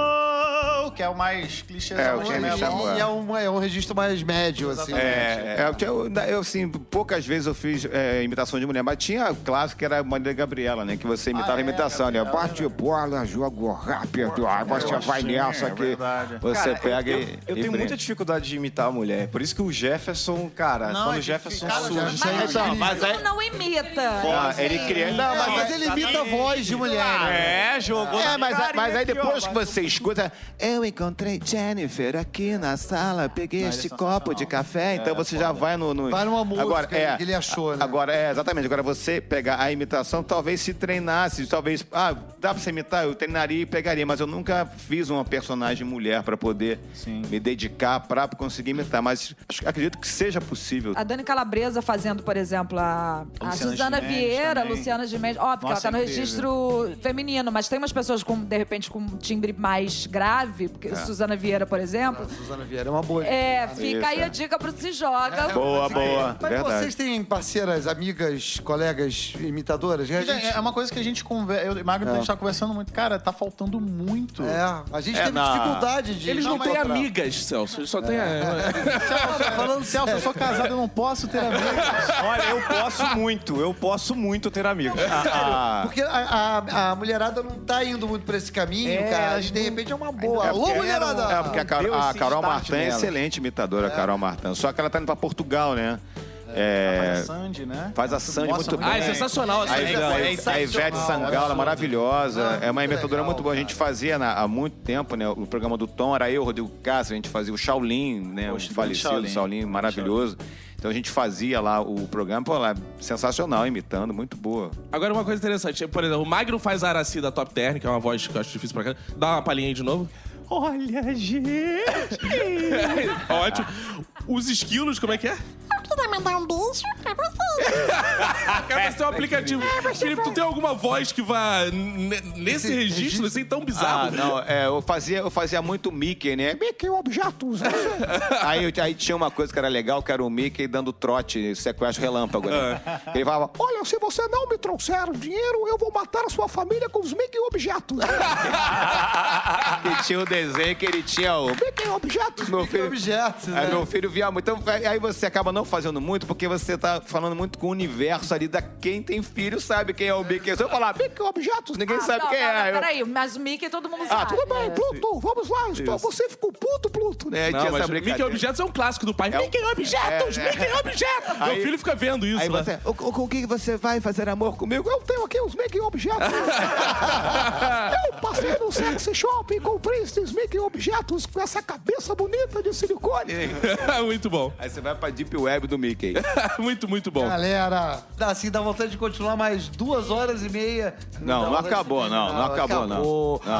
S5: Que é o mais clichê.
S2: É,
S5: mas
S2: o que
S5: é
S2: me
S5: bom.
S2: chamou, é. E é um, é um registro mais médio, assim.
S8: É, é, porque eu, eu, assim, poucas vezes eu fiz é, imitação de mulher, mas tinha o clássico que era a Maria Gabriela, né? Que você
S9: Ah,
S8: imitava a
S9: é,
S8: imitação, né? Bate bola, jogo rápido, aí você vai nessa aqui. Você
S9: é Cara,
S8: pega
S9: eu,
S8: e.
S9: Eu,
S8: e
S9: eu tenho
S8: prende.
S9: muita dificuldade de imitar a mulher. é Por isso que o Jefferson, cara,
S5: Não,
S9: quando
S5: é
S9: o Jefferson
S5: difícil. Cara,
S9: surge.
S5: o Jefferson- é
S9: Então,
S5: Não, mas
S3: Não, não imita.
S9: Não,
S8: Ah,
S9: ele cria-
S2: Ah,
S9: Não, mas- mas ele
S2: imita a voz de mulher.
S9: É, jogou
S8: É,
S9: na
S8: mas,
S9: cara e
S8: mas aí
S9: meteu,
S8: depois
S9: vai.
S8: que você escuta. Eu encontrei Jennifer aqui na sala, peguei
S9: é
S8: este copo de café, então você já vai no. no...
S2: Vai numa música
S8: agora, é,
S2: que ele achou, né?
S8: Agora, é, exatamente. Agora você pegar a imitação, talvez se treinasse, talvez. Ah, dá pra você imitar? Eu treinaria e pegaria, mas eu nunca fiz uma personagem mulher pra poder me dedicar pra conseguir imitar. Mas acho- acredito que seja possível.
S3: A Dani Calabresa fazendo, por exemplo, a, a
S8: Luciana
S3: Suzana
S8: Gimenez
S3: Vieira,
S8: também.
S3: Luciana Gimenez. Óbvio
S8: Nossa,
S3: que ela tá no
S8: incrível.
S3: registro feminino, mas tem umas pessoas com, de repente, com um timbre mais grave, porque
S2: É.
S3: Suzana Vieira, por exemplo.
S2: Suzana Vieira é uma boa.
S3: É,
S2: Isso,
S3: fica aí
S2: é.
S3: a dica pro Se Joga.
S8: É,
S2: Mas vocês têm parceiras, amigas, colegas, imitadoras? Que a gente-
S5: É uma coisa que a gente conversa. Eu e o Magno, a gente tá conversando muito. Cara, tá faltando muito.
S2: É, a gente teve dificuldade de.
S1: Eles não têm
S2: encontrar.
S1: amigas, Celso. Eles só têm.
S5: Celso, falando Celso, eu sou casado, eu não posso ter amigos.
S9: Olha, eu posso muito, eu posso muito ter amigos. Ah, ah.
S2: Porque a, a- a mulherada não tá indo muito pra esse caminho,
S9: É,
S2: cara.
S9: elas
S2: De repente é uma boa.
S9: É
S2: Alô,
S8: porque-
S2: mulherada!
S8: É, porque a, Car-
S2: Deu
S8: a
S2: esse
S8: Carol
S2: start
S8: Martin é
S2: nela.
S8: excelente imitadora, a Carol Martin. Só que ela tá indo pra Portugal, né?
S5: Faz
S8: É,
S5: a Sandy, né?
S8: Faz a Sandy muito
S5: Mostra
S8: bem.
S5: muito bem. Ah, é sensacional a
S8: a
S5: Sandy. É
S8: Ivete,
S5: sensacional.
S8: a Ivete Sangalo, ela é maravilhosa.
S5: Ah,
S8: é uma
S5: muito
S8: inventadora
S5: legal,
S8: muito boa. A gente fazia na-
S9: é
S8: há muito tempo, né? O programa do Tom era eu, Rodrigo Castro. A gente fazia o Shaolin, né?
S5: Poxa,
S8: o falecido
S5: grande
S8: Shaolin,
S5: Shaolin,
S8: maravilhoso. Então a gente fazia lá o programa. Pô, ela é sensacional, imitando, muito boa.
S1: Agora, uma coisa interessante. Por exemplo, o Magno faz a Araci da Top Term, que é uma voz que eu acho difícil pra cá. Dá uma palhinha aí de novo.
S4: Olha, gente!
S1: [laughs] Ótimo. Os esquilos, como é que é?
S13: Eu queria mandar um beijo pra vocês.
S1: [laughs]
S13: É,
S1: Cara, você tem um aplicativo. Felipe, tu tem alguma voz que vá n- nesse registro, assim, tão bizarro?
S8: Ah, não, é, eu fazia, eu fazia muito Mickey, né? Mickey, o do Jatuza. aí, eu- aí tinha uma coisa que era legal, que era o
S9: [laughs]
S8: Mickey dando trote, sequestro relâmpago, né? Ele falava, olha, se você não me trouxer dinheiro, eu vou matar a sua família com os Mickey objetos. É e tinha o desenho que ele tinha o Mickey objetos, meu filho.
S2: objetos, né?
S8: Aí meu filho via muito. Então, aí- aí você acaba não fazendo muito, porque você tá falando muito com o universo ali da quem tem filho sabe quem é o Mickey. Se eu falar Mickey objetos, ninguém sabe
S3: não,
S8: quem
S3: não,
S8: é.
S3: não,
S8: Eu-
S3: Peraí, mas o Mickey todo mundo sabe.
S8: ah, tudo bem, Pluto, vamos lá. estou- Você ficou puto, Pluto, né?
S1: Não,
S8: Tinha
S1: mas
S8: essa
S1: Mickey
S8: brincadeira.
S1: Objetos é um clássico do pai.
S8: É um-
S1: Mickey Objetos!
S8: É, né?
S1: Mickey Objetos!
S8: Aí-
S1: Meu filho fica vendo isso,
S8: Aí
S1: né?
S8: você, o, o- com quem você vai fazer amor comigo? Eu tenho aqui os Mickey Objetos. eu passei no sex shop e comprei esses Mickey Objetos com essa cabeça bonita de silicone.
S1: [laughs] muito bom.
S8: Aí você vai pra Deep Web do Mickey.
S1: muito, muito bom.
S2: Galera, dá, assim, dá vontade de continuar mais duas horas e meia.
S8: Não,
S2: Dá
S8: não
S2: vontade de
S8: acabou, não, não acabou, não. Não.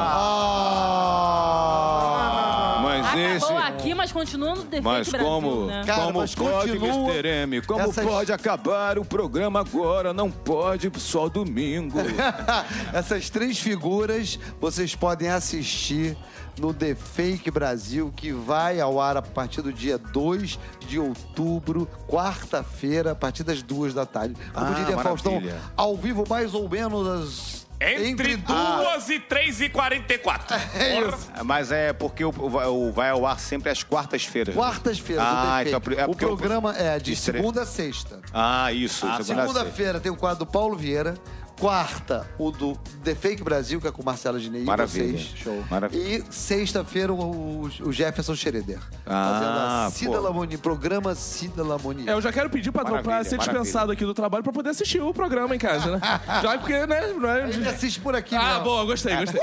S8: Ah. Mas
S4: Acabou
S8: esse-
S4: aqui, mas continuando no defeito
S8: Mas
S4: Brasil,
S8: como,
S4: É né?
S8: como pode, Mr. M? Como pode acabar o programa agora? Não pode, só domingo.
S2: [laughs] Essas três figuras vocês podem assistir no The Fake Brasil, que vai ao ar a partir do dia 2 de outubro, quarta-feira, a partir das duas da tarde. Como
S8: Ah,
S2: diria Faustão,
S8: maravilha.
S2: ao vivo mais ou menos às...
S14: Entre, duas e três e quarenta e [laughs] quatro.
S8: [laughs] Mas é porque o, o- o vai ao ar sempre às quartas-feiras. né?
S2: Quartas-feiras,
S8: Ah,
S2: o The
S8: então
S2: Fake.
S8: é
S2: o
S8: porque eu-
S2: programa é de
S8: de tre-
S2: segunda a sexta.
S8: Ah, isso.
S2: Ah,
S8: segunda-feira.
S2: Segunda-feira tem o quadro do Paulo Vieira. Quarta, o do The Fake Brasil, que é com o Marcelo Ginei e
S8: Maravilha.
S2: vocês. Show.
S8: Maravilha.
S2: E sexta-feira, o, o Jefferson Schroeder.
S8: Ah,
S2: fazendo a Cida
S8: pô.
S2: Lamoni, programa Cida Lamoni.
S1: É, eu já quero pedir pra, pra
S2: Maravilha,
S1: ser
S2: maravilha.
S1: dispensado aqui do trabalho pra poder assistir o programa em casa,
S14: [laughs]
S1: né? Já porque, né? Não é...
S2: Ele assiste por aqui,
S1: Ah,
S2: não.
S1: boa, gostei,
S14: [laughs]
S1: gostei.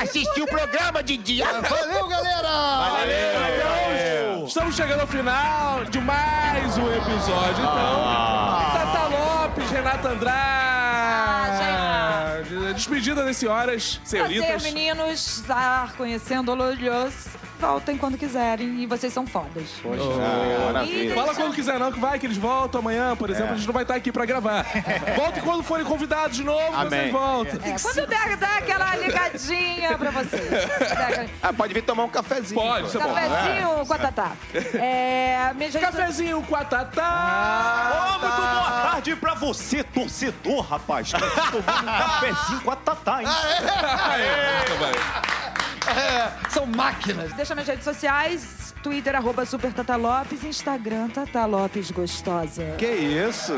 S10: Assistiu o programa de dia.
S2: Valeu, galera!
S8: [laughs]
S1: Valeu! Estamos chegando ao final de mais um episódio.
S14: Ah.
S1: Então, Tata Lopes, Renata Andrade. Despedida nesse horas, senhoritas.
S3: Prazer, meninos. Ar conhecendo Ololhos. Voltem quando quiserem. E vocês são fodas.
S9: Ah.
S1: Oh.
S3: maravilha.
S1: Fala quando quiser, não, que vai, que eles voltam amanhã, por exemplo. A gente não vai estar aqui pra gravar. Volta quando forem convidados de novo,
S8: Amém.
S1: vocês voltam.
S3: É, quando der, dá aquela ligadinha pra vocês.
S8: [laughs] Ah, pode vir tomar um cafezinho. Pode,
S1: tá bom.
S3: Cafezinho com a Tatá. É, minhas redes
S1: Cafezinho com a
S14: Ô,
S1: Tatá.
S14: muito boa tarde pra você, torcedor, rapaz. Tá tomando um cafezinho com a Tatá, hein?
S2: É, são máquinas.
S3: Deixa minhas redes sociais. Twitter, arroba Super Tata Lopes. Instagram, Tata Lopes Gostosa.
S8: Que isso?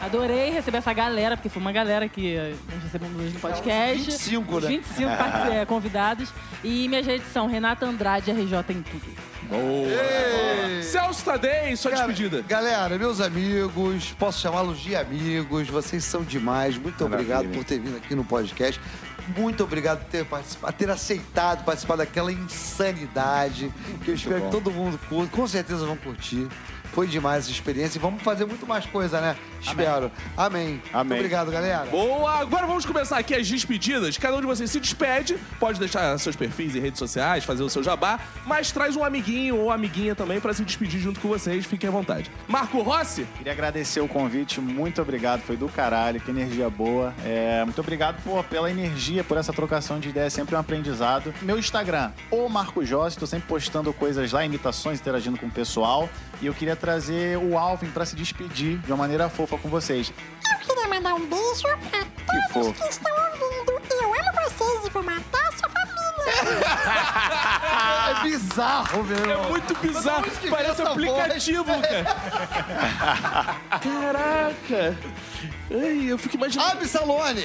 S4: Adorei receber essa galera, porque foi uma galera que nós recebemos hoje no podcast.
S2: 25, né?
S4: 25 parte- é, convidados. E minhas redes são Renata Andrade, RJ em tudo.
S1: Boa. Celso Tadei, sua despedida.
S2: Galera, meus amigos, posso chamá-los de amigos, vocês são demais. Muito obrigado por ter vindo aqui no podcast. Muito obrigado por ter, participado, ter aceitado participar daquela insanidade que eu espero
S8: bom.
S2: que todo mundo curta. Com certeza vão curtir. Foi demais essa experiência e vamos fazer muito mais coisa, né? Espero. Amém. Muito obrigado, galera.
S1: Boa! Agora vamos começar aqui as despedidas. Cada um de vocês se despede, pode deixar seus perfis e redes sociais, fazer o seu jabá, mas traz um amiguinho ou amiguinha também pra se despedir junto com vocês, fiquem à vontade. Marco Rossi?
S5: Queria agradecer o convite, muito obrigado, foi do caralho, que energia boa. É, muito obrigado pô, pela energia, por essa trocação de ideias, sempre um aprendizado. Meu Instagram, o Marco Jossi, tô sempre postando coisas lá, imitações, interagindo com o pessoal. E eu queria trazer o Alvin pra se despedir de uma maneira fofa com vocês.
S13: Eu queria mandar um beijo pra todos
S5: fofo.
S13: que estão ouvindo. Eu amo vocês e vou matar a sua família.
S5: [laughs]
S2: É bizarro, meu irmão.
S1: É muito bizarro.
S2: Toda vez que
S1: Parece
S2: vê essa
S1: aplicativo,
S2: voz-
S1: Caraca. Ai, eu fico imaginando.
S2: Absalone!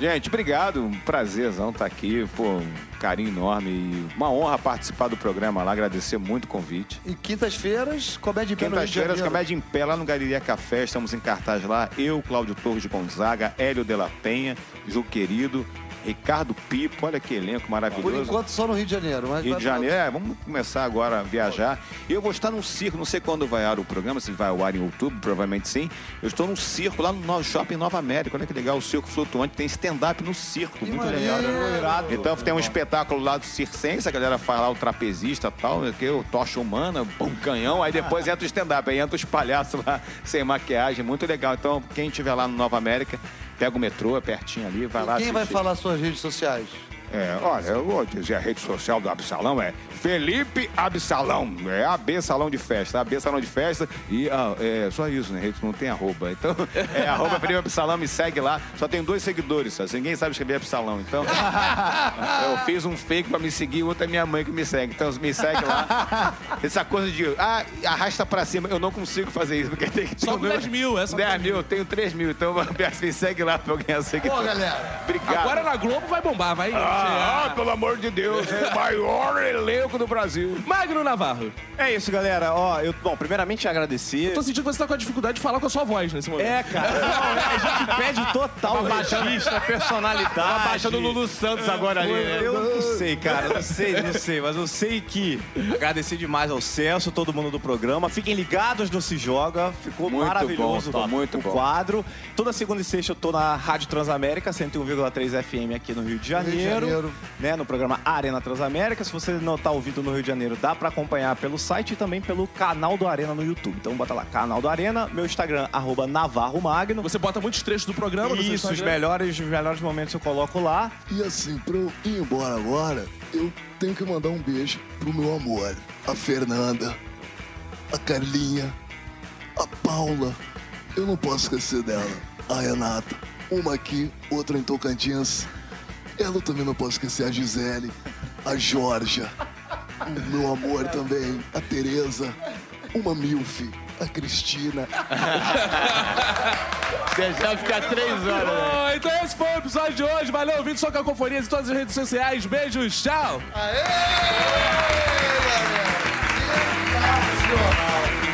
S8: Gente, obrigado. Um prazerzão estar aqui. Pô, um carinho enorme e uma honra participar do programa lá. Agradecer muito o convite.
S2: E quintas-feiras, comédia em pé no Rio é de
S8: Quintas-feiras,
S2: Janeiro.
S8: Comédia tá em Pé, lá no Galeria Café. Estamos em cartaz lá. Eu, Cláudio Torres de Gonzaga, Hélio de la Penha, Ju Querido, Ricardo Pipo. Olha que elenco maravilhoso.
S2: Por enquanto, só no Rio de Janeiro. Mas
S8: Rio de Janeiro, é, vamos começar agora a viajar. Eu vou estar num circo, não sei quando vai ao ar o programa, se vai ao ar em outubro, provavelmente sim. Eu estou num circo lá no Nova- Shopping Nova América, olha que legal, o circo flutuante, tem stand-up no circo, muito legal. Então tem
S2: É.
S8: um espetáculo lá do circense, a galera faz lá o trapezista e tal, que o tocha humana, um canhão, aí depois entra o stand-up, aí entra os palhaços lá [laughs] sem maquiagem, muito legal. Então quem estiver lá no Nova América, pega o metrô, é pertinho ali, vai lá
S2: Quem vai
S8: assistir.
S2: falar suas redes sociais?
S8: É, olha, eu vou dizer a rede social do Absalão é Felipe Absalão. É AB Salão de Festa, AB Salão de Festa. E ah, é só isso, né? Rede não tem arroba. Então, [laughs] é arroba Felipe Absalão, me segue lá. Só tem dois seguidores, só. Ninguém sabe escrever Absalão.
S1: [laughs]
S8: Então, eu fiz um fake pra me seguir, outra é minha mãe que me segue. Então, me
S1: [laughs]
S8: segue lá. Essa coisa de, ah, arrasta pra cima. Eu não consigo fazer isso, porque tem que ter
S1: Só com 10 mil, é só
S8: 10 mil, eu tenho 3 mil. Então, [laughs] me segue lá pra eu ganhar seguidor.
S1: Pô, galera,
S8: Obrigado.
S1: Agora na Globo vai bombar, vai.
S8: Ah, ah, pelo amor de Deus, o maior elenco do Brasil.
S1: Magno Navarro.
S9: É isso, galera. Ó, eu, bom, primeiramente agradecer.
S1: Eu tô sentindo que você tá com a dificuldade de falar com a sua voz nesse momento.
S9: É, cara. Não, a gente pede total registro, Tá personalidade.
S8: Tá baixando o Lulu Santos agora ali. né?
S9: Eu não sei, cara. Não sei, não sei. Mas eu sei que agradecer demais ao Celso, todo mundo do programa. Fiquem ligados no Se Joga. Ficou
S8: Muito
S9: maravilhoso
S8: bom, tá
S9: o,
S8: muito
S9: o
S8: bom.
S9: quadro. Toda segunda e sexta eu tô na Rádio Transamérica, 101,3 FM aqui no Rio de Janeiro.
S2: Janeiro.
S9: Né, no programa Arena Transamérica. Se você não tá ouvindo no Rio de Janeiro, dá pra acompanhar pelo site e também pelo canal do Arena no YouTube. Então bota lá, canal do Arena. Meu Instagram, arroba Navarro Magno.
S1: Você bota muitos trechos do programa no seu
S9: Isso, os
S1: Instagram?
S9: melhores, os melhores momentos eu coloco lá.
S6: E assim, pra eu ir embora agora, eu tenho que mandar um beijo pro meu amor. A Fernanda, a Carlinha, a Paula. Eu não posso esquecer dela. A Renata. Uma aqui, outra em Tocantins. Ela também não posso esquecer a Gisele, a Georgia, o meu amor também, a Tereza, uma Milf, a Cristina.
S8: Deixar ficar três
S1: Bom, então esse foi o episódio de hoje. Valeu, ouvinte, só cacofonias em todas as redes sociais. Beijos, tchau!
S2: Aê! Sensacional.